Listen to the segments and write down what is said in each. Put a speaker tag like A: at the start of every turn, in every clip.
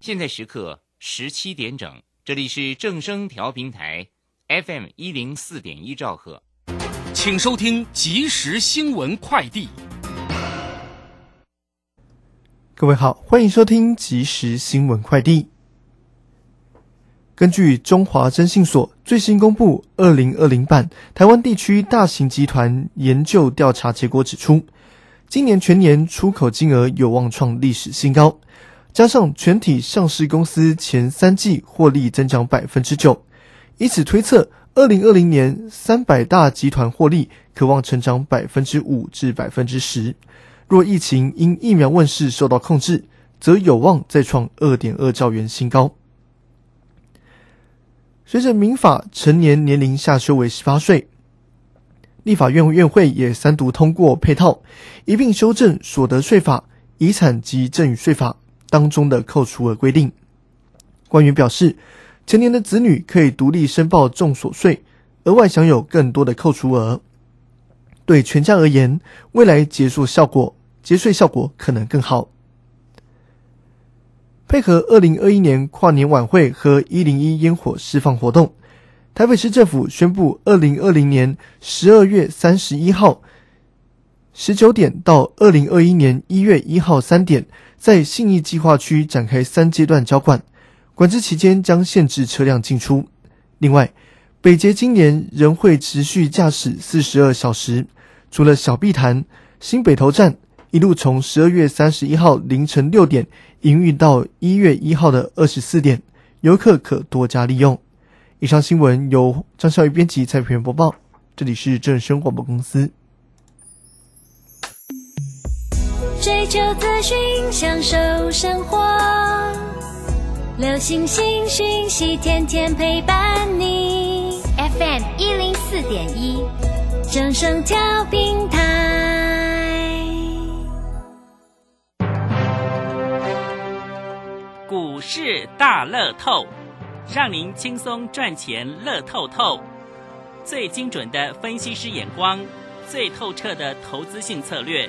A: 现在时刻十七点整，这里是正声调频台 FM 一零四点一兆赫。
B: 请收听即时新闻快递。
C: 各位好，欢迎收听即时新闻快递。根据中华征信所最新公布二零二零版台湾地区大型集团研究调查结果指出，今年全年出口金额有望创历史新高，加上全体上市公司前三季获利增长百分之九，以此推测，二零二零年三百大集团获利可望成长百分之五至百分之十。若疫情因疫苗问世受到控制，则有望再创二点二兆元新高。随着民法成年年龄下修为十八岁，立法院院会也三读通过配套，一并修正所得税法、遗产及赠与税法当中的扣除额规定。官员表示，成年的子女可以独立申报重所税，额外享有更多的扣除额。对全家而言，未来结束效果节税效果可能更好。配合二零二一年跨年晚会和一零一烟火释放活动，台北市政府宣布，二零二零年十二月三十一号十九点到二零二一年一月一号三点，在信义计划区展开三阶段交管，管制期间将限制车辆进出。另外，北捷今年仍会持续驾驶四十二小时，除了小碧潭、新北投站，一路从十二月三十一号凌晨六点营运到一月一号的二十四点，游客可多加利用。以上新闻由张孝宇编辑蔡平播报，这里是正声广播公司。
D: 追求资讯，享受生活。流星星讯息，天天陪伴你。FM 一零四点一，正声调频台。
E: 股市大乐透，让您轻松赚钱乐透透。最精准的分析师眼光，最透彻的投资性策略，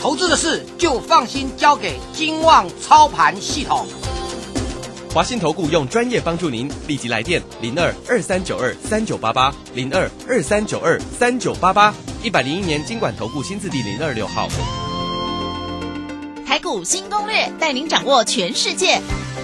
F: 投资的事就放心交给金旺操盘系统。
G: 华信投顾用专业帮助您，立即来电零二二三九二三九八八零二二三九二三九八八，一百零一年经管投顾新字第零二六号，
H: 台股新攻略，带您掌握全世界。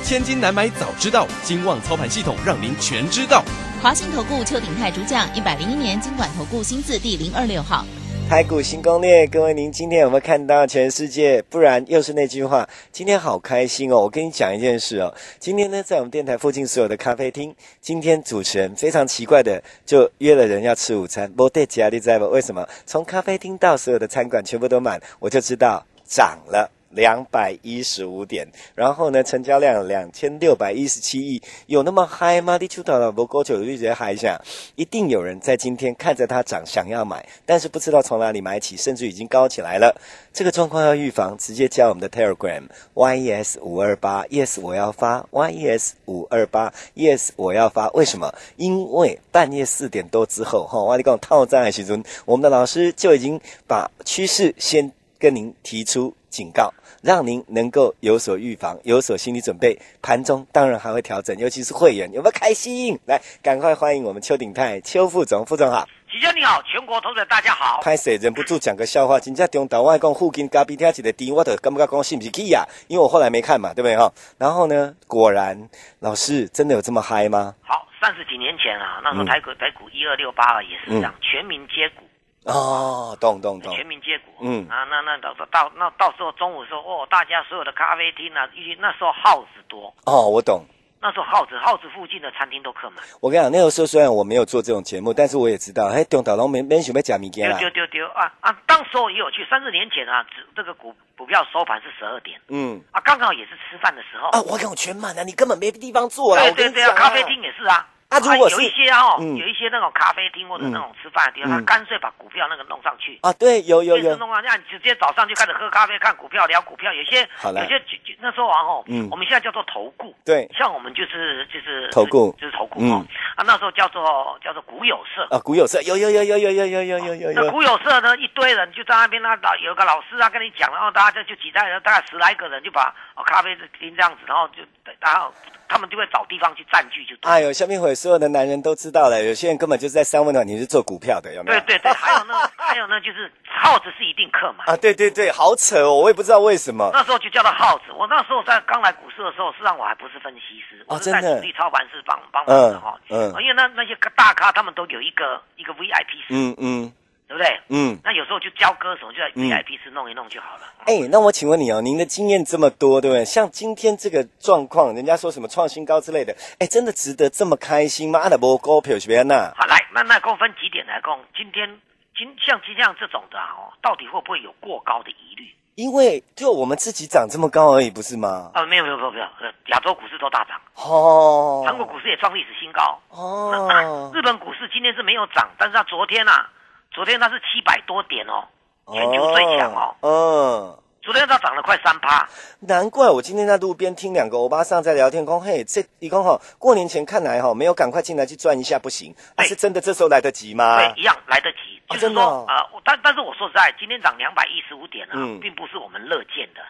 G: 千金难买早知道，金旺操盘系统让您全知道。
H: 华信投顾邱鼎泰主讲，一百零一年经管投顾新字第零二六号。
I: 台股新攻略，各位，您今天有没有看到全世界？不然又是那句话，今天好开心哦！我跟你讲一件事哦，今天呢，在我们电台附近所有的咖啡厅，今天主持人非常奇怪的就约了人要吃午餐，不对，家你知道吗？为什么？从咖啡厅到所有的餐馆全部都满，我就知道涨了。两百一十五点，然后呢，成交量两千六百一十七亿，有那么嗨吗？你出到了不够久，就觉得嗨一下，一定有人在今天看着它涨，想要买，但是不知道从哪里买起，甚至已经高起来了。这个状况要预防，直接加我们的 Telegram yes 五二八 yes 我要发 yes 五二八 yes 我要发，为什么？因为半夜四点多之后，哈、哦，我跟你讲套战的时阵，我们的老师就已经把趋势先跟您提出警告。让您能够有所预防，有所心理准备。盘中当然还会调整，尤其是会员有没有开心？来，赶快欢迎我们邱鼎泰邱副总，副总好。
F: 齐生你好，全国投资者大家好。
I: 拍摄忍不住讲个笑话，真正中岛外讲附近咖啡厅一个店，我都感觉讲是不是去呀？因为我后来没看嘛，对不对哈？然后呢，果然老师真的有这么嗨吗？
J: 好，三十几年前啊，
I: 嗯
J: 那时候台股、台股一二六八二也是这样，全民皆股。
I: 哦，懂懂懂，
J: 全民皆股。
I: 嗯
J: 啊，那那到到那到时候中午的时候，哦，大家所有的咖啡厅啊，因为那时候耗子多，
I: 哦，我懂，
J: 那时候耗子耗子附近的餐厅都客满，
I: 我跟你讲，那个时候虽然我没有做这种节目，但是我也知道，嘿，中岛龙没没想要假米干
J: 丢
I: 啦。
J: 丢丢丢啊啊！当时候也有去，三四年前啊，只这个股股票收盘是十二点
I: 嗯
J: 啊，刚好也是吃饭的时候
I: 啊，我讲全满了，你根本没地方坐啦。
J: 对
I: 我跟
J: 对对
I: 你讲
J: 啊，
I: 啊，
J: 咖啡厅也是啊。
I: 啊如果是
J: 有一些啊哦，
I: 嗯
J: 有一些那种咖啡厅或者那种吃饭的地方，他
I: 嗯
J: 干脆把股票那个弄上去。
I: 啊，对，有有
J: 就是
I: 有，
J: 弄啊，那你直接早上就开始喝咖啡、看股票、聊股票，有些
I: 好了
J: 有些就就那时候啊哦，
I: 嗯
J: 我们现在叫做投顾，
I: 对
J: 像我们就是就是
I: 投顾嗯
J: 就是投顾哦，啊那时候叫做叫做股友社。
I: 啊，股友社有有有有有有有有有有
J: 那
I: 有
J: 股友社呢，一堆人就在那边，那老有个老师啊跟你讲，然后大家就就几代人，大概十来个人就把、哦、咖啡厅这样子，然后就然后他们就会找地方去占据，就对了。
I: 哎呦，下面会所有的男人都知道了，有些人根本就是在三温暖，你是做股票的，有没有？
J: 对对对，还有呢，还有呢，就是耗子是一定客满。
I: 啊，对对对，好扯哦，我也不知道为什么。
J: 那时候就叫他耗子。我那时候在刚来股市的时候，实际上我还不是分析师，我
I: 哦
J: 是在
I: 真的
J: 主力操盘室帮帮忙的
I: 嗯
J: 哈。哦
I: 嗯
J: 因为那那些大咖他们都有一个一个 VIP 室，
I: 嗯嗯
J: 对不对？
I: 嗯，
J: 那有时候就教歌手就在 VIP 室弄一弄就好了。
I: 哎、那我请问你哦，您的经验这么多，对不对？像今天这个状况，人家说什么创新高之类的，哎，真的值得这么开心吗？阿拉伯股票是别那
J: 好，来，那那共分几点来共？今天今像今天这种的啊哦，到底会不会有过高的疑虑？
I: 因为就我们自己长这么高而已，不是吗？
J: 啊，没有没有没有没有，呃亚洲股市都大涨，
I: 哦，
J: 韩国股市也创历史新高。啊
I: 哦，
J: 日本股市今天是没有涨，但是它昨天啊，昨天它是七百多点哦，全球最强哦，
I: 哦，嗯，
J: 昨天它涨了快三趴，
I: 难怪我今天在路边听两个欧巴桑在聊天，说嘿，这一共哈，过年前看来哈，没有赶快进来去转一下不行，啊，
J: 对
I: 是真的这时候来得及吗？
J: 对，一样来得及。
I: 啊
J: 就是
I: 真的哦
J: 说啊、我但但是我说实在，今天涨两百一十五点啊，
I: 嗯
J: 并不是我们乐见的，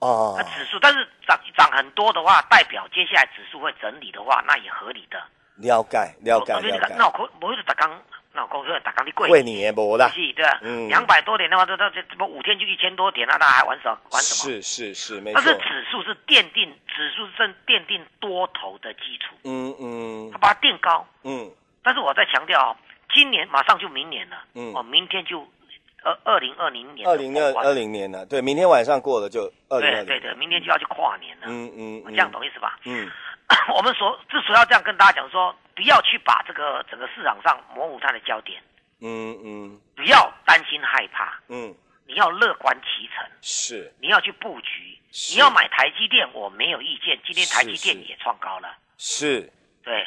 I: 哦
J: 那、，指数，但是涨涨很多的话，代表接下来指数会整理的话，那也合理的。
I: 了解了解
J: 我
I: 了解
J: 那，我可不是打刚，那我公司打刚的贵。
I: 为你也无啦，
J: 是，对啊，
I: 嗯
J: 两百多点的话，这这这么五天就一千多点，那那还玩什么玩什么？
I: 是是是，没
J: 但是
I: 错，
J: 指数是奠定，指数是正奠定多头的基础，
I: 嗯嗯
J: 它把它定高。
I: 嗯，
J: 但是我在强调、哦，今年马上就明年了，
I: 嗯
J: 哦，明天就呃二零二零年的
I: 二零
J: 封
I: 二
J: 关
I: 二零年了，对，明天晚上过了就二零二
J: 对对
I: 零，
J: 对，明天就要去跨年了，
I: 嗯嗯，
J: 这样懂意思吧？
I: 嗯，
J: 我们所之所以要这样跟大家讲说，不要去把这个整个市场上模糊它的焦点，
I: 嗯嗯
J: 不要担心害怕，
I: 嗯，
J: 你要乐观其成，
I: 是
J: 你要去布局，
I: 是
J: 你要买台积电，我没有意见，今天台积
I: 是是
J: 电也创高了。
I: 是，
J: 对，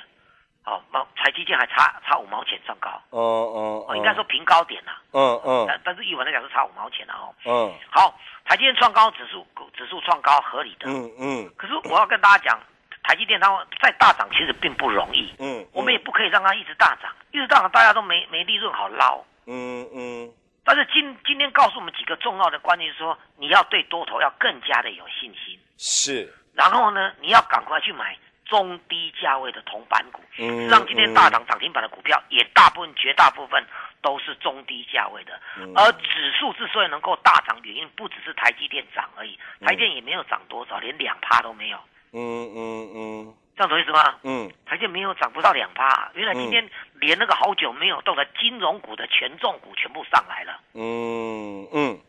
J: 哦，毛台积电还差差五毛钱算高，
I: 嗯嗯，
J: 哦，应该说，平高点啦、
I: 嗯嗯
J: 但但是一文来讲是差五毛钱啦、哦。
I: 嗯
J: 好，台积电创高指数，指数创高合理的。
I: 嗯嗯
J: 可是我要跟大家讲，台积电它再大涨其实并不容易，
I: 嗯，
J: 我们也不可以让它一直大涨，一直大涨大家都没没利润好捞。
I: 嗯嗯
J: 但是今今天告诉我们几个重要的观念说你要对多头要更加的有信心，
I: 是，
J: 然后呢，你要赶快去买中低价位的铜板股。
I: 嗯
J: 事实上，今天大涨涨停板的股票也大部分、绝大部分都是中低价位的。
I: 嗯
J: 而指数之所以能够大涨，原因不只是台积电涨而已，台积电也没有涨多少，连两趴都没有。
I: 嗯嗯嗯
J: 这样懂意思吗？
I: 嗯
J: 台积电没有涨不到两趴，原来今天连那个好久没有动的金融股的权重股全部上来了，
I: 嗯嗯，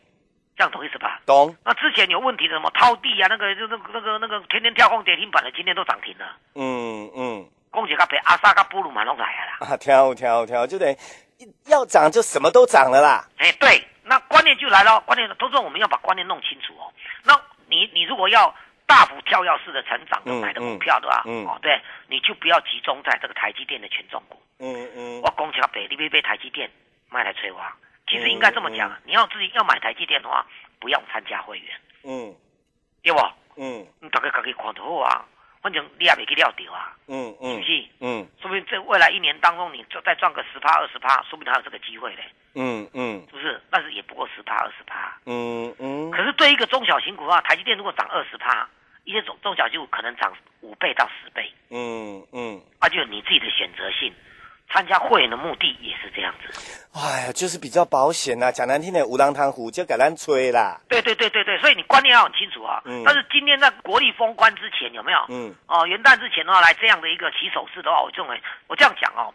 J: 这样懂意思吧？
I: 懂，
J: 那之前有问题的什么掏地啊，那个就那个那个那个天天跳空跌停板的，今天都涨停了。
I: 嗯嗯
J: 讲一个白阿萨甲布鲁马拢来啊啦。
I: 啊，挑挑挑，就得要涨就什么都涨了啦，
J: 哎，对，那观念就来了，观念，投资人我们要把观念弄清楚哦。那你你如果要大幅跳跃式的成长
I: 嗯
J: 买的股票的话，
I: 嗯嗯
J: 哦，对，你就不要集中在这个台积电的权重股。
I: 嗯嗯
J: 我讲一个白，你别被台积电卖来催我。其实应该这么讲，你要自己要买台积电的话，不用参加会员，
I: 嗯
J: 对不？
I: 嗯
J: 你大概自己看就好啊，反正你也未去了掉啊，
I: 嗯
J: 是不
I: 嗯
J: 是？
I: 嗯
J: 说不定这未来一年当中，你就再赚个十趴二十趴，说不定还有这个机会嘞，
I: 嗯嗯
J: 是不是？但是也不过十趴二十趴。
I: 嗯嗯，
J: 可是对一个中小型股的话，台积电如果涨二十趴，一些中中小型股可能涨五倍到十倍，
I: 嗯嗯。
J: 而且你自己的选择性，参加会员的目的也是这样子。
I: 哎呀，就是比较保险呐、讲难听点，五郎汤虎就给咱吹啦。
J: 对对对对对，所以你观念要很清楚啊。
I: 嗯
J: 但是今天在国力封关之前有没有？
I: 嗯
J: 哦，元旦之前的话来这样的一个起手式的话，我认为我这样讲哦，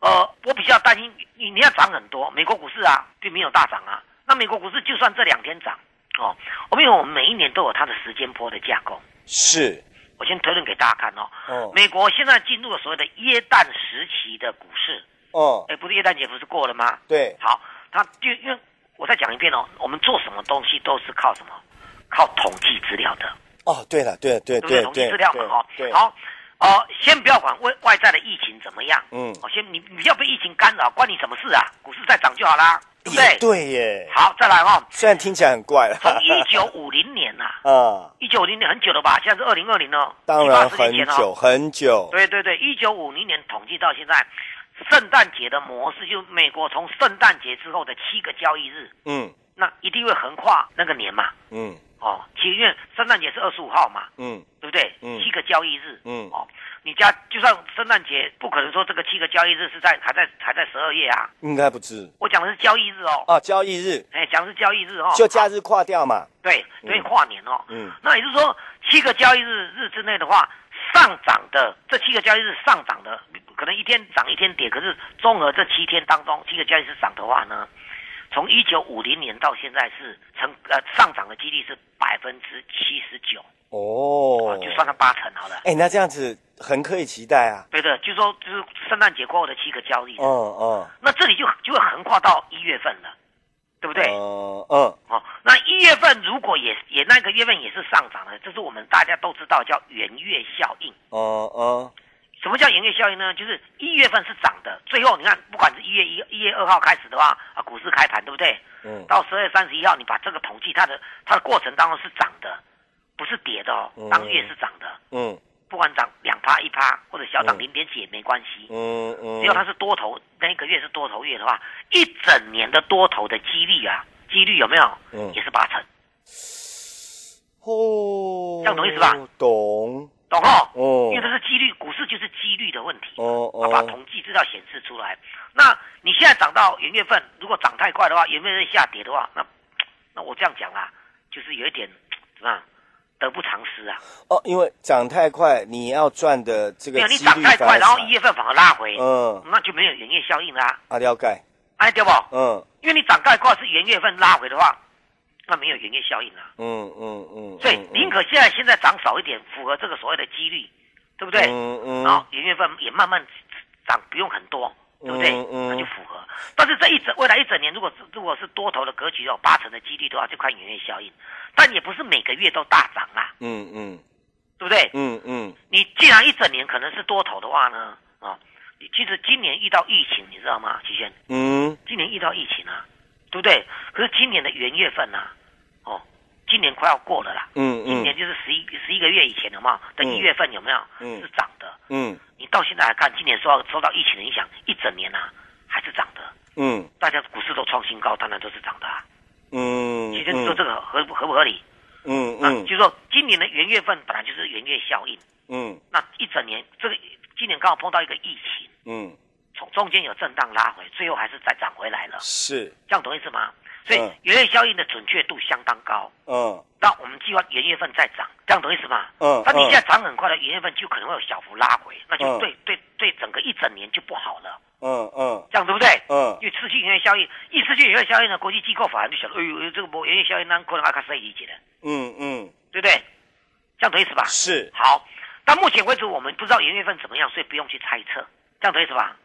J: 呃，我比较担心你你要涨很多，美国股市啊并没有大涨啊。那美国股市就算这两天涨哦，我们有我们每一年都有它的时间波的架构。
I: 是，
J: 我先推论给大家看哦。
I: 哦
J: 美国现在进入了所谓的耶诞时期的股市，
I: 哦，
J: 哎，不是耶诞节不是过了吗？
I: 对，
J: 好，那就因为我再讲一遍哦，我们做什么东西都是靠什么？靠统计资料的，
I: 哦，对了，对对
J: 对不对？
I: 对
J: 统计
I: 对
J: 资料嘛，
I: 对
J: 哈
I: 对，。
J: 好，呃，先不要管外外在的疫情怎么样，
I: 嗯
J: 哦，先你你不要被疫情干扰，关你什么事啊？股市在涨就好啦，对不对？
I: 也对耶，
J: 好，再来哈、哦，
I: 虽然听起来很怪了，
J: 从一九五零年呐、啊，
I: 啊，
J: 一九五零年很久了吧？现在是二零二零哦，
I: 当然
J: 18十
I: 很
J: 年前
I: 久
J: 哦。
I: 很久，
J: 对对对，一九五零年统计到现在，圣诞节的模式就美国从圣诞节之后的七个交易日，
I: 嗯
J: 那一定会横跨那个年嘛。
I: 嗯
J: 哦，其实因为圣诞节是二十五号嘛，
I: 嗯
J: 对不对？
I: 嗯
J: 七个交易日，
I: 嗯
J: 哦，你家就算圣诞节，不可能说这个七个交易日是在还在还在十二月啊。
I: 应该不是
J: 我讲的是交易日哦，
I: 啊，交易日
J: 哎，讲的是交易日哦，
I: 就假日跨掉嘛，
J: 对对，
I: 嗯
J: 跨年哦。
I: 嗯
J: 那也就是说，七个交易日日之内的话，上涨的这七个交易日上涨的，可能一天涨一天跌，可是综合这七天当中，七个交易日涨的话呢，从一九五零年到现在是成呃上涨的几率是百分之七十九，啊
I: 哦，
J: 就算它八成好了。
I: 哎，那这样子很可以期待啊，
J: 对的，就说就是圣诞节过后的七个交易日，
I: 嗯嗯
J: 那这里就就会横跨到一月份了，对不对？
I: 嗯嗯，
J: 哦，那一月份如果也也那个月份也是上涨的，这是我们大家都知道叫圆月效应。
I: 嗯嗯，
J: 什么叫圆月效应呢？就是一月份是涨的，最后你看，不管是一月一、一月二号开始的话，啊，股市开盘对不对？
I: 嗯
J: 到十二月三十一号，你把这个统计它的它的过程当中是涨的，不是跌的哦
I: 嗯，
J: 当月是涨的，
I: 嗯
J: 不管涨两趴、一趴或者小涨
I: 嗯
J: 零点几也没关系。
I: 嗯嗯，
J: 只要它是多头，那一个月是多头月的话，一整年的多头的几率啊，几率有没有？
I: 嗯
J: 也是八成，
I: 哦，
J: 这样懂意思吧？
I: 懂，
J: 懂哦？
I: 哦
J: 因为它是几率，股市就是几率的问题。
I: 哦
J: 啊把
I: 哦，
J: 统计资料显示出来。那你现在涨到元月份，如果涨太快的话，元月份下跌的话，那那我这样讲啦，就是有一点怎么样，得不偿失啊。
I: 哦，因为涨太快，你要赚的这
J: 没
I: 个
J: 有，
I: 几
J: 你
I: 率
J: 涨太
I: 反
J: 快，
I: 而
J: 然后
I: 少啊
J: 一月份反而拉回，
I: 嗯，
J: 那就没有元月效应啦、
I: 阿廖盖，
J: 哎，对不？
I: 嗯
J: 因为你涨太快是元月份拉回的话，那没有元月效应啊啦、
I: 嗯嗯嗯，
J: 所以
I: 嗯
J: 宁可现在现在涨少一点，符合这个所谓的几率，对不对？
I: 嗯嗯
J: 然后元月份也慢慢涨，不用很多，对不对？
I: 嗯嗯
J: 那就符合。但是这一整未来一整年，如果是如果是多头的格局有哦八成的几率的话，就看元月效应。但也不是每个月都大涨啦，
I: 嗯嗯
J: 对不对？
I: 嗯嗯，
J: 你既然一整年可能是多头的话呢，啊，其实今年遇到疫情，你知道吗？齐轩，
I: 嗯，
J: 今年遇到疫情啊，对不对？可是今年的元月份啊，哦，今年快要过了啦，
I: 嗯嗯
J: 今年就是十一十一个月以前有没有？的
I: 嗯
J: 一月份有没有？
I: 嗯
J: 是涨的。
I: 嗯
J: 你到现在来看，今年受到受到疫情的影响，一整年啊还是涨的，
I: 嗯
J: 大家股市都创新高，当然都是涨的啊。
I: 嗯，
J: 其实你说这个合合不合理？
I: 嗯
J: 啊
I: 嗯
J: 就是说今年的元月份本来就是元月效应，
I: 嗯
J: 那一整年这个今年刚好碰到一个疫情，
I: 嗯，
J: 从中间有震荡拉回，最后还是再涨回来了，
I: 是，
J: 这样懂意思吗？所以
I: 嗯
J: 元月效应的准确度相当高。
I: 嗯
J: 那我们计划元月份再涨，这样懂意思吗？
I: 嗯
J: 那你
I: 嗯
J: 现在涨很快的元月份就可能会有小幅拉回，那就
I: 嗯
J: 对对对整个一整年就不好了。
I: 嗯嗯
J: 这样对不对？
I: 嗯
J: 因为失去营业效益，一失去营业效益呢，国际机构反而就想，哎呦，这个没营业效益，那可能阿卡谁理解的，
I: 嗯嗯，
J: 对不对？这样懂意思吧？
I: 是，
J: 好，到目前为止我们不知道营业份怎么样，所以不用去猜测，这样懂意思吧？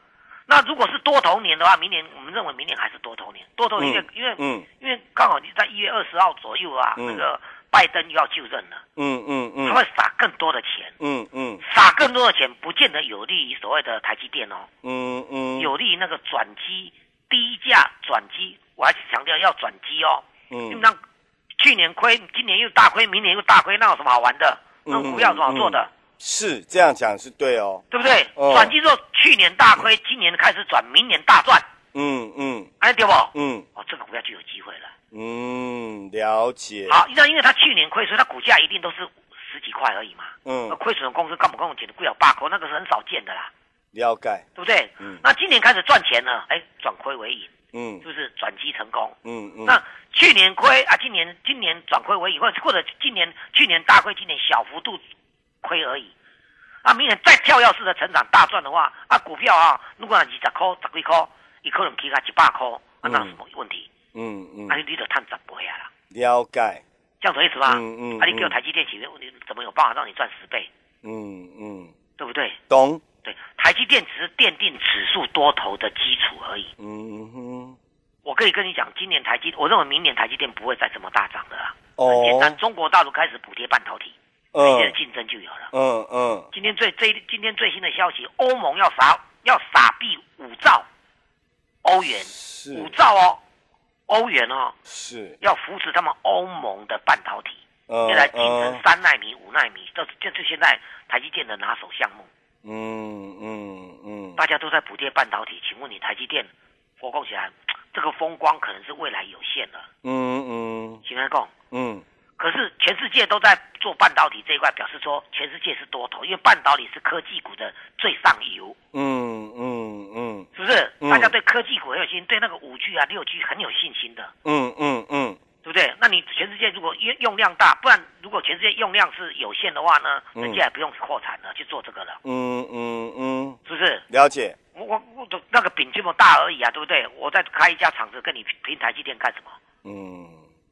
J: 那如果是多头年的话，明年我们认为明年还是多头年，多头年因为、
I: 嗯
J: 因为、
I: 嗯
J: 因为刚好你在一月二十号左右啊，
I: 嗯
J: 那个拜登又要就任了，
I: 嗯嗯
J: 他会
I: 嗯
J: 撒更多的钱，
I: 嗯嗯
J: 撒更多的钱不见得有利于所谓的台积电哦。
I: 嗯嗯，
J: 有利于那个转机低价转机，我还是强调要转机哦。
I: 嗯
J: 那去年亏，今年又大亏，明年又大亏，那有什么好玩的？那
I: 嗯
J: 股票有什么好做的？
I: 是这样讲是对哦，
J: 对不对？
I: 哦
J: 转机之后，去年大亏，今年开始转，明年大赚，
I: 嗯嗯
J: 哎，对不？
I: 嗯
J: 哦，这个股票就有机会了。
I: 嗯，了解，
J: 好，那因为它去年亏，所以它股价一定都是十几块而已嘛。
I: 嗯
J: 那亏损的公司干不干我觉得贵了八块，那个是很少见的啦，
I: 了解，
J: 对不对？
I: 嗯
J: 那今年开始赚钱呢，哎，转亏为盈，
I: 嗯
J: 是不是转机成功？
I: 嗯嗯，
J: 那去年亏啊，今年今年转亏为盈，或者或者今年去年大亏，今年小幅度亏而已。啊，明年再跳跃式的成长大赚的话，啊，股票啊，如果二十块、十几块，伊可能起到一百块，啊，那有什么问题？
I: 嗯嗯
J: 啊，，你就探十倍啊啦，
I: 了解，
J: 这样懂意思吧？
I: 嗯嗯
J: 啊，你给我
I: 嗯
J: 台积电起，你怎么有办法让你赚十倍？
I: 嗯嗯，
J: 对不对？
I: 懂，
J: 对，台积电只是奠定指数多头的基础而已。
I: 嗯哼，
J: 我可以跟你讲，今年台积，我认为明年台积电不会再这么大涨的啦。很简单，
I: 哦，
J: 中国大陆开始补贴半导体，
I: 嗯
J: 明年的竞争就有了。
I: 嗯嗯，
J: 今天最最今天最新的消息，欧盟要撒要撒币五兆欧元，
I: 是
J: 五兆哦，欧元哦，
I: 是，
J: 要扶持他们欧盟的半导体。
I: 嗯
J: 现在竞争
I: 嗯
J: 三纳米、五纳米，这这是现在台积电的拿手项目，
I: 嗯嗯嗯，
J: 大家都在补贴半导体。请问你台积电活动起来，这个风光可能是未来有限的，
I: 嗯嗯
J: 行来讲。
I: 嗯，
J: 可是全世界都在做半导体这一块，表示说全世界是多头，因为半导体是科技股的最上游，
I: 嗯嗯嗯
J: 是不是？
I: 嗯
J: 大家对科技股很有信心，对那个五 G 啊、六 G 很有信心的，
I: 嗯嗯嗯，
J: 对不对？那你全世界如果用用量大，不然如果全世界用量是有限的话呢，
I: 嗯
J: 人家也不用扩产了，去做这个了，
I: 嗯嗯嗯，
J: 是不是？
I: 了解，
J: 我我我的那个饼这么大而已啊，对不台积电不对？我再开一家厂子跟你平平台积电干什么？
I: 嗯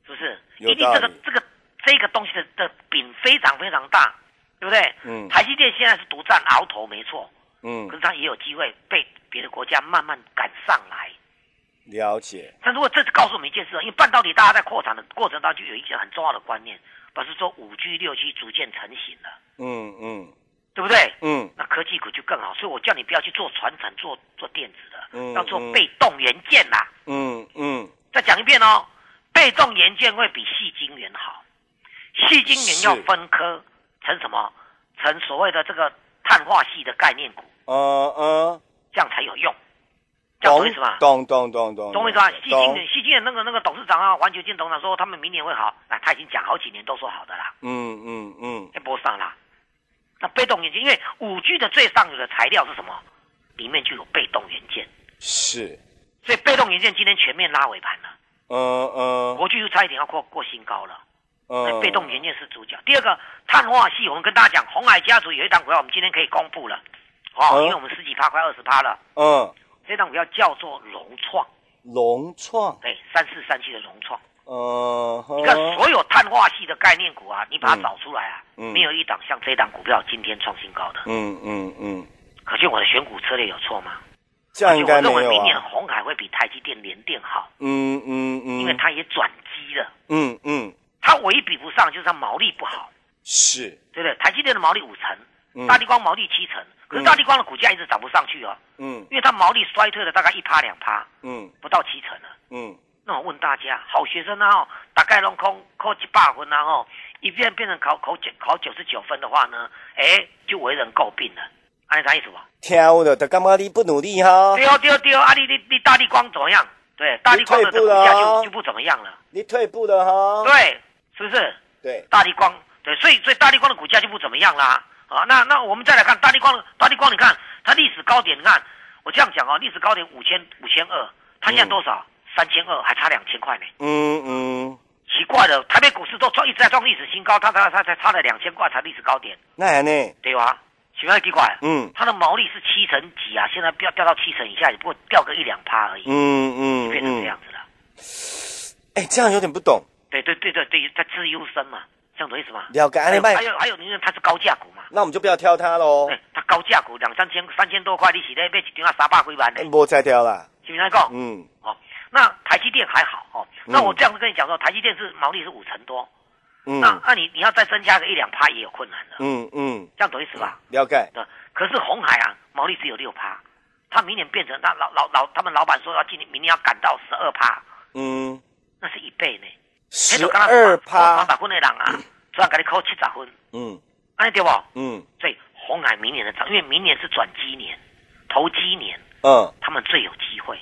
J: 是不是？
I: 有
J: 一定这个
I: 道理
J: 这个这个东西的的饼非常非常大，对不对？
I: 嗯
J: 台积电现在是独占鳌头，没错，
I: 嗯
J: 可，是它也有机会被别的国家慢慢赶上来。
I: 了解，
J: 但如果这告诉我们一件事，因为半导体大家在扩产的过程当中，就有一些很重要的观念，表示说五 G、六 G 逐渐成型了，
I: 嗯嗯
J: 对不对？
I: 嗯
J: 那科技股就更好，所以我叫你不要去做传产、做做电子的，
I: 嗯
J: 要做
I: 嗯
J: 被动元件啦、
I: 嗯嗯，
J: 再讲一遍哦，被动元件会比细晶元好。细晶元要分科成什么？成所谓的这个碳化系的概念股，
I: 呃呃，
J: 这样才有用。这样
I: 懂
J: 懂意思吗？
I: 懂懂懂哦懂，
J: 懂我意思吗？细晶
I: 懂
J: 元，，细晶元那个那个董事长啊，王求进董事长说他们明年会好，啊，他已经讲好几年都说好的啦，
I: 嗯嗯嗯，
J: 也不上啦。那被动元件，因为五 G 的最上游的材料是什么？里面就有被动元件，
I: 是，
J: 所以被动元件今天全面拉尾盘了，
I: 呃呃
J: 国巨又差一点要过过新高了。那
I: 呃，
J: 被动元件是主角。第二个碳化系，我们跟大家讲，红海家族有一档股票，我们今天可以公布了，哦，
I: 嗯
J: 因为我们十几趴快二十趴了，
I: 嗯，
J: 这档股票叫做融创，
I: 融创，
J: 哎，三四三七的融创，
I: 呃，
J: 你看所有碳化系的概念股啊，你把它
I: 嗯
J: 找出来啊，
I: 嗯
J: 没有一档像这档股票今天创新高的，
I: 嗯嗯嗯，
J: 可见我的选股策略有错吗？
I: 这样应该
J: 而且
I: 没
J: 我认为
I: 有
J: 明年
I: 啊，
J: 红海会比台积电、联电好，
I: 嗯嗯
J: 因为
I: 嗯，
J: 它也转机了，
I: 嗯嗯
J: 它唯一比不上就是它毛利不好，
I: 是，
J: 对不对？台积电的毛利五成。
I: 嗯
J: 大地光毛利七成，可是大地光的股价一直涨不上去哦，
I: 嗯
J: 因为它毛利衰退了大概一趴两趴，
I: 嗯
J: 不到七成了。
I: 嗯
J: 那我问大家，好学生啊、哦，大概拢考考一百分然后一遍变成考考九考九十九分的话呢，哎，就为人诟病了，按啥意思吧？
I: 听我的，他干嘛你不努力哈？
J: 对哦对哦对哦，啊你你你大地光怎么样？对，大地光的
I: 退
J: 股
I: 步了
J: 价
I: 哦
J: 就就不怎么样了，
I: 你退步了哈？
J: 对，是不是？
I: 对，
J: 大力光，对，所以所以大力光的股价就不怎么样啦。啊，那那我们再来看大力光，大力光，你看它历史高点，你看我这样讲哦，历史高点五千五千二，它现在多少？三千二，还差两千块呢。
I: 嗯嗯，
J: 奇怪了，台北股市都创一直在创历史新高，它它它才差了两千块才历史高点，
I: 那还呢？
J: 对吧？奇怪奇怪，
I: 嗯
J: 它的毛利是七成几啊，现在掉掉到七成以下，也不过掉个一两趴而已，
I: 嗯嗯
J: 变成这样
I: 嗯，
J: 子了。
I: 哎，这样有点不懂，
J: 对对对对对，它自优生嘛，这样懂意思吗？
I: 了解，
J: 还
I: 安
J: 有
I: 利
J: 还
I: 拜，
J: 有还有，你看它是高价股嘛。
I: 那我们就不要挑他喽，
J: 对，它高价股两三千、三千多块，你是咧买一张啊三百几万的，
I: 不再哎挑啦。
J: 是不是讲？
I: 嗯
J: 哦，那台积电还好哦。
I: 嗯
J: 那我这样子跟你讲说，台积电是毛利是五成多，
I: 嗯
J: 那那你你要再增加个一两趴也有困难的，
I: 嗯嗯，
J: 这样懂意思吧？
I: 了解，
J: 那可是红海啊，毛利只有六趴，它明年变成那老老老他们老板说要今年明年要赶到十二趴，
I: 嗯，
J: 那是一倍呢。哎
I: 十二
J: 三
I: 趴，
J: 百分的人 啊，专给你扣七十分，
I: 嗯
J: 安尼对不？
I: 嗯
J: 所以红海明年的涨，因为明年是转基年、投机年，
I: 嗯
J: 他们最有机会。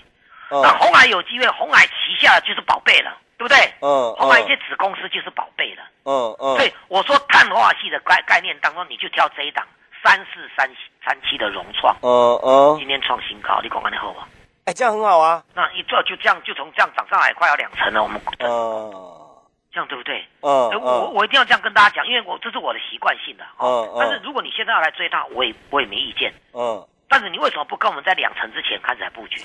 J: 那
I: 嗯
J: 红海有机会，红海旗下的就是宝贝了，对不对？
I: 嗯
J: 红海一些子公司就是宝贝了。
I: 嗯
J: 所
I: 嗯
J: 以我说碳化系的概概念当中，你就挑这一档三四三三七的融创，
I: 嗯嗯，
J: 今天创新高，你讲完以后吧。
I: 哎，这样很好啊，
J: 那一做就这样，就从这样涨上来快要两成了，我们
I: 嗯
J: 这样对不对？
I: 嗯
J: 哎我
I: 嗯
J: 我一定要这样跟大家讲，因为我这是我的习惯性的哦
I: 嗯嗯。
J: 但是如果你现在要来追它，我也我也没意见。
I: 嗯，
J: 但是你为什么不跟我们在两成之前开始来布局？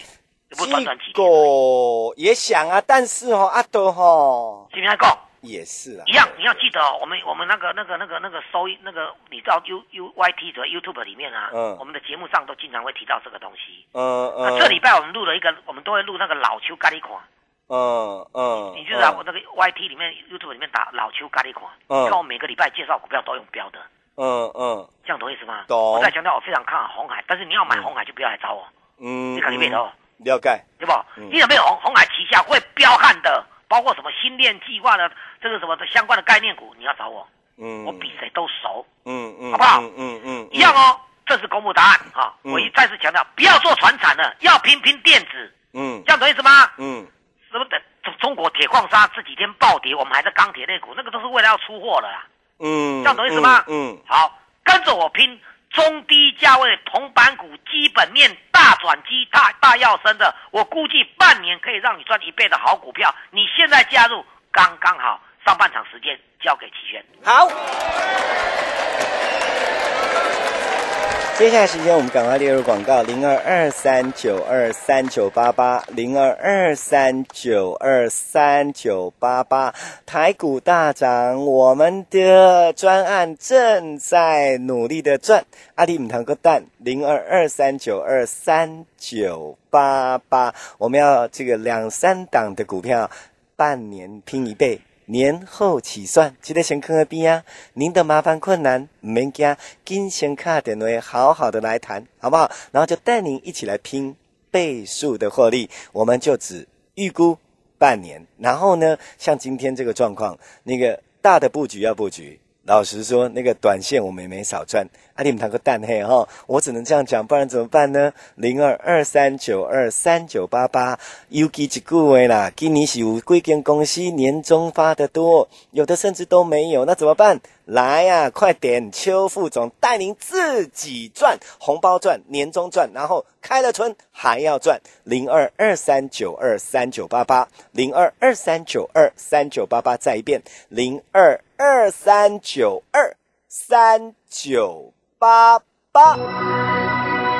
J: 也不短短几天而已，
I: 狗也想啊，但是哦，阿德哈，
J: 是不是这样讲？
I: 也是啦，
J: 一样，你要记得哦，我们我们那个那个那个那个收益那个，你到 U U Y T 的 YouTube 里面啊，
I: 嗯
J: 我们的节目上都经常会提到这个东西。
I: 嗯
J: 那
I: 嗯，
J: 这礼拜我们录了一个，我们都会录那个老球咖喱款，
I: 嗯嗯，
J: 你知道我那个 Y T 里面 YouTube 里面打老球咖喱款，
I: 嗯
J: 你看我每个礼拜介绍股票都用标的，
I: 嗯嗯
J: 这样懂意思吗？
I: 懂
J: 我再强调，我非常看好红海，但是你要买红海就不要来找我，
I: 嗯，
J: 你肯定没
I: 嗯
J: 头，
I: 了解，
J: 对不？你有没有红红海旗下会彪悍的，包括什么新链计划的这个什么的相关的概念股，你要找我，
I: 嗯，
J: 我比谁都熟。
I: 嗯嗯，
J: 好不好
I: 嗯嗯嗯，嗯
J: 一样，哦，这是公布答案哈、
I: 嗯
J: 我一再次强调，不要做船产了，要拼拼电子，
I: 嗯
J: 这样懂意思吗？
I: 嗯
J: 什么的，中中国铁矿砂这几天暴跌，我们还在钢铁类股，那个都是为了要出货了啦。
I: 嗯，
J: 这样懂意思吗
I: 嗯，
J: 好，跟着我拼中低价位铜板股，基本面大转机、大大要升的，我估计半年可以让你赚一倍的好股票。你现在加入刚刚好，上半场时间交给齐轩。
I: 好。接下来时间，我们赶快列入广告：零二二三九二三九八八，零二二三九二三九八八。台股大涨，我们的专案正在努力的赚。阿里姆堂个蛋，零二二三九二三九八八。我们要这个两三档的股票，半年拼一倍。年后起算，记得先看看边啊！您的麻烦困难唔免惊，金先卡点位，好好的来谈，好不好？然后就带您一起来拼倍数的获利，我们就只预估半年。然后呢，像今天这个状况，那个大的布局要布局。老实说，那个短线我们也没少赚。阿弟们谈个蛋嘿哈，我只能这样讲，不然怎么办呢？零二二三九二三九八八，尤其一句话啦，今年是有几间公司年终发的多，有的甚至都没有，那怎么办？来呀、快点！邱副总带您自己赚红包赚、年终赚，然后开了春还要赚。零二二三九二三九八八，零二二三九二三九八八，再一遍，零二二三九二三九八八。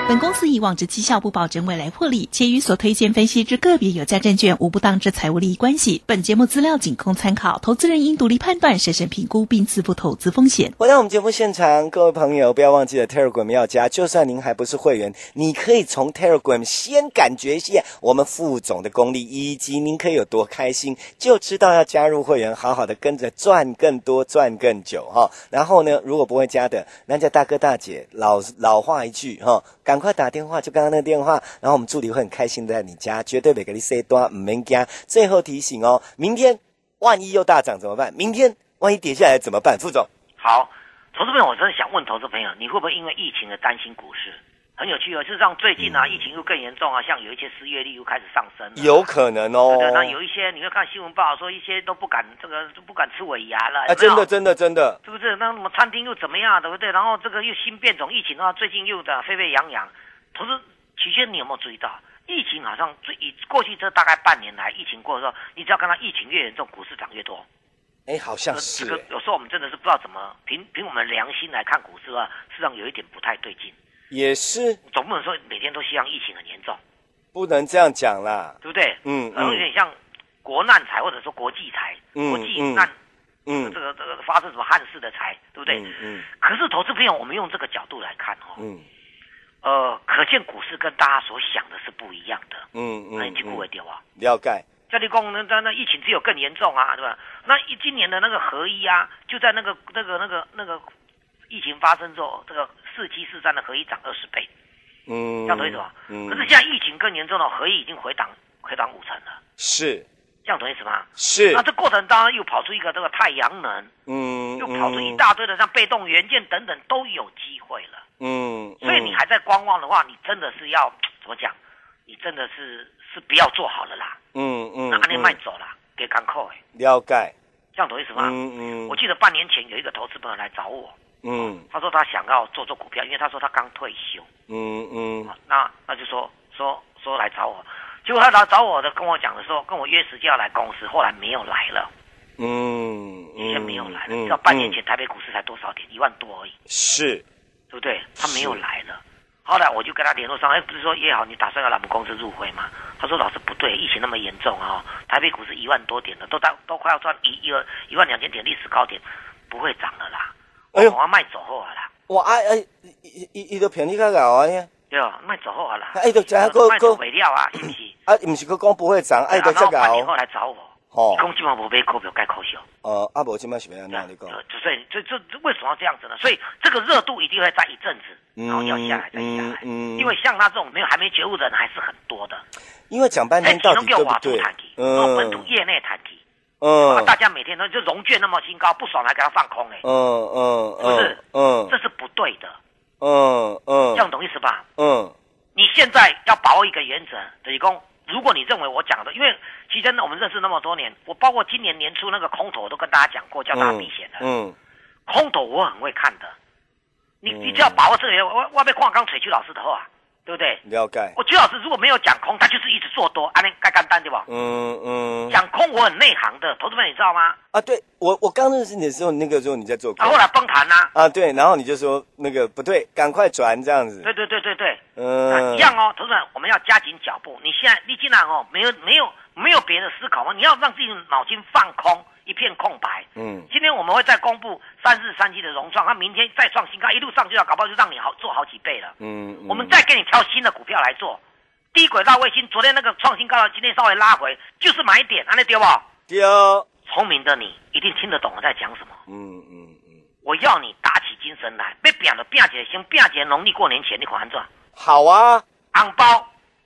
H: 本公司以往之绩效不保证未来获利，且与所推荐分析之个别有价证券无不当之财务利益关系。本节目资料仅供参考，投资人应独立判断、审慎评估并自负投资风险。
I: 回到我们节目现场，各位朋友，不要忘记了 Telegram 要加。就算您还不是会员，你可以从 Telegram 先感觉一下我们副总的功力，以及您可以有多开心，就知道要加入会员，好好的跟着赚更多、赚更久哈、然后呢，如果不会加的，人家大哥大姐老老话一句哈、赶快打电话，就刚刚那个电话，然后我们助理会很开心的在你家，绝对每个你 say 多唔免惊。最后提醒哦，明天万一又大涨怎么办？明天万一跌下来怎么办？副总。
J: 好，投资朋友，我真的想问投资朋友，你会不会因为疫情而担心股市？很有趣哦，就是让最近啊，疫情又更严重啊，像有一些失业率又开始上升了。
I: 嗯有可能哦。
J: 对，那有一些你会看新闻报说，一些都不敢这个都不敢吃尾牙了，
I: 啊，
J: 有没有
I: 真的，真的，真的，
J: 是不是？那什么餐厅又怎么样，对不对？然后这个又新变种疫情啊，最近又的沸沸扬扬。投资期间你有没有注意到，疫情好像最以过去这大概半年来，疫情过之后，你只要看到疫情越严重，股市涨越多。
I: 哎，好像
J: 这
I: 是
J: 个
I: 哎
J: 有时候我们真的嗯是不知道怎么凭凭我们良心来看股市啊，事实上有一点不太对劲。
I: 也是
J: 总不能说每天都希望疫情很严重，
I: 不能这样讲啦。
J: 对不对？
I: 嗯
J: 然后有
I: 嗯
J: 点像国难财或者说国际财，
I: 嗯
J: 国际难、
I: 嗯
J: 这个这个发生什么憾事的财，对不对？
I: 嗯嗯
J: 可是投资朋友，我们用这个角度来看哦，
I: 嗯
J: 呃，可见股市跟大家所想的是不一样的。
I: 嗯
J: 那你
I: 嗯
J: 去顾为
I: 嗯，
J: 掉啊？
I: 了解。
J: 家里工人，那那疫情只有更严重啊，对吧？那一今年的那个合一啊，就在那个那个那个那个疫情发生之后，这个四七四三的合一涨二十倍，
I: 嗯，
J: 这样懂意思吧？
I: 嗯
J: 可，是现在疫情更严重了，合一已经回档回档五成了，
I: 是
J: 这样懂意思吗？
I: 是
J: 那，这过程当然又跑出一个这个太阳能，
I: 嗯，
J: 又跑出一
I: 嗯，
J: 大堆的像被动元件等等都有机会了。
I: 嗯，
J: 所以你还在观望的话，你真的是要怎么讲？你真的是是不要做好了啦，
I: 嗯，嗯嗯，
J: 那你
I: 嗯
J: 卖走啦，给港口哎，
I: 了解。
J: 这样懂意思吗？
I: 嗯嗯，
J: 我记得半年前有一个投资朋友来找我，
I: 嗯
J: 他说他想要做做股票，因为他说他刚退休，
I: 嗯嗯
J: 啊那那就说说说来找我，结果他来找我的跟我讲的时候，跟我约时间要来公司，后来没有来了，
I: 嗯嗯，
J: 以前没有来了，
I: 嗯
J: 你知道半年
I: 嗯
J: 前台北股市才多少点，一万多而已，
I: 是
J: 对不对？他没有来了，后来我就跟他联络上，哎，不是说叶好，你打算要来我们公司入会吗？他说老师不对，疫情那么严重啊、台北股市一万多点了，都到都快要赚一一二一万两千点历史高点，不会涨了啦，
I: 哎呦
J: 我要卖走后啊啦，
I: 哇啊啊！伊伊伊都骗你较牛啊！呢
J: 对吧？卖走后啊啦，
I: 哎就这样
J: 卖走
I: 还还
J: 尾料啊，是不是？
I: 啊，毋是佮讲不会涨，啊，伊都
J: 然后
I: 遮
J: 半年
I: 牛
J: 后。来找我，
I: 哦
J: 一共基本无买股票，该可惜。
I: 哦，啊，无即摆是要
J: 对
I: 安怎
J: 啊，
I: 你
J: 就
I: 讲？
J: 所以这这这为什么要这样子呢？所以这个热度一定会在一阵子，
I: 嗯
J: 然后要下来再下来，
I: 嗯嗯
J: 因为像他这种没有还没觉悟的人还是很多的。
I: 因为讲半
J: 哎，
I: 天
J: 只
I: 到
J: 能
I: 底
J: 给
I: 对
J: 我哦
I: 不
J: 主
I: 对
J: 谈题，？用本土
I: 嗯
J: 业内谈题，啊
I: 嗯
J: 大家每天都就融券那么新高，不爽还给他放空哎，
I: 嗯嗯
J: 不是
I: 嗯嗯
J: 这是不对的，
I: 嗯
J: 这
I: 嗯
J: 样懂意思吧？
I: 嗯
J: 你现在要把握一个原则，李工。如果你认为我讲的，因为其实呢我们认识那么多年，我包括今年年初那个空头，我都跟大家讲过，叫大家避险的。
I: 嗯
J: 空头我很会看的，你你只要把握这个，我我被矿刚水区老师的后啊，对不对？
I: 嗯，了解。
J: 我区老师如果没有讲空，他就是一直做多，啊，那该干单对吧？
I: 嗯嗯，
J: 讲空我很内行的，投资们你知道吗？
I: 啊，对我我刚认识你的时候，那个时候你在做
J: 啊，
I: 空
J: 后来崩盘啦、
I: 啊，对，然后你就说那个不对，赶快转这样子。
J: 对对对对对，啊
I: 嗯，
J: 一样哦，投资人我们要加紧脚步。你现在你竟然哦，没有没有没有别的思考哦，你要让自己脑筋放空，一片空白。
I: 嗯
J: 今天我们会再公布三四三七的融创，它明天再创新高，一路上去了，搞不好就让你好做好几倍了。
I: 嗯，嗯
J: 我们再给你挑新的股票来做。低轨道卫星昨天那个创新高了，今天稍微拉回，就是买点，安利丢不？
I: 丢。
J: 聪明的你一定听得懂我在讲什么。
I: 嗯嗯嗯，
J: 我要你打起精神来，被变了变起来，先变起来农历过年前你款安怎？
I: 好啊。
J: 红包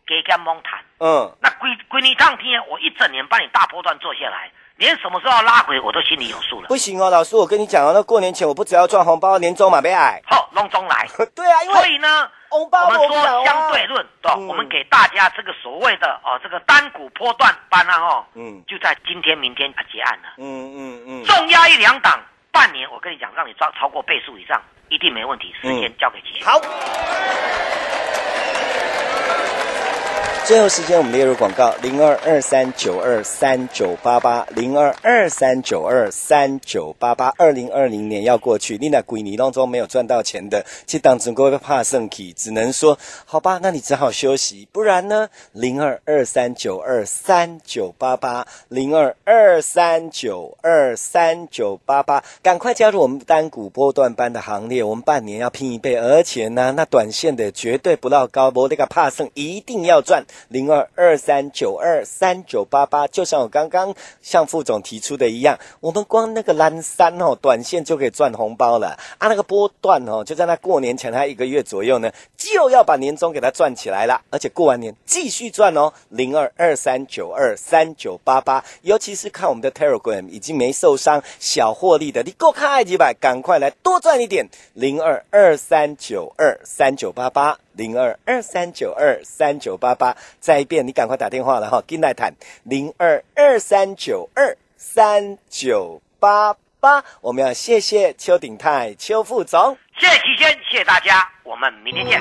J: 给加蒙谈，
I: 嗯，
J: 那归归你当天，我一整年帮你大波段做下来，连什么时候要拉回我都心里有数了。
I: 不行哦，老师，我跟你讲哦，那过年前我不只要赚红包，年终嘛被矮。
J: 好，隆中来。
I: 对啊，因
J: 所
I: 为
J: 以呢，
I: 红包
J: 我们
I: 我不要
J: 说
I: 啊
J: 相对论，对吧、
I: 嗯
J: 我们给大家这个所谓的哦，这个单股波段班啊，哦，
I: 嗯
J: 就在今天、明天啊结案了。
I: 嗯嗯嗯，
J: 重压一两档，半年，我跟你讲，让你超超过倍数以上，一定没问题。时间交给齐。
I: 嗯好。最后时间，我们列入广告：零二二三九二三九八八，零二二三九二三九八八。二零二零年要过去，你那鬼泥当中没有赚到钱的，这当中各位怕剩体，只能说好吧，那你只好休息。不然呢？零二二三九二三九八八，零二二三九二三九八八，赶快加入我们单股波段班的行列，我们半年要拼一倍，而且呢，那短线的绝对不落高，我那个怕剩一定要赚。零二二三九二三九八八，就像我刚刚向副总提出的一样，我们光那个蓝山哦，短线就可以赚红包了啊！那个波段哦，就在那过年前还一个月左右呢，就要把年终给它赚起来了，而且过完年继续赚哦。零二二三九二三九八八，尤其是看我们的 Telegram 已经没受伤、小获利的，你够看爱几百，赶快来多赚一点。零二二三九二三九八八。零二二三九二三九八八，再一遍，你赶快打电话了哈，跟来谈零二二三九二三九八八。我们要谢谢邱鼎泰邱副总。
J: 谢谢齐先，谢谢大家，我们明天见。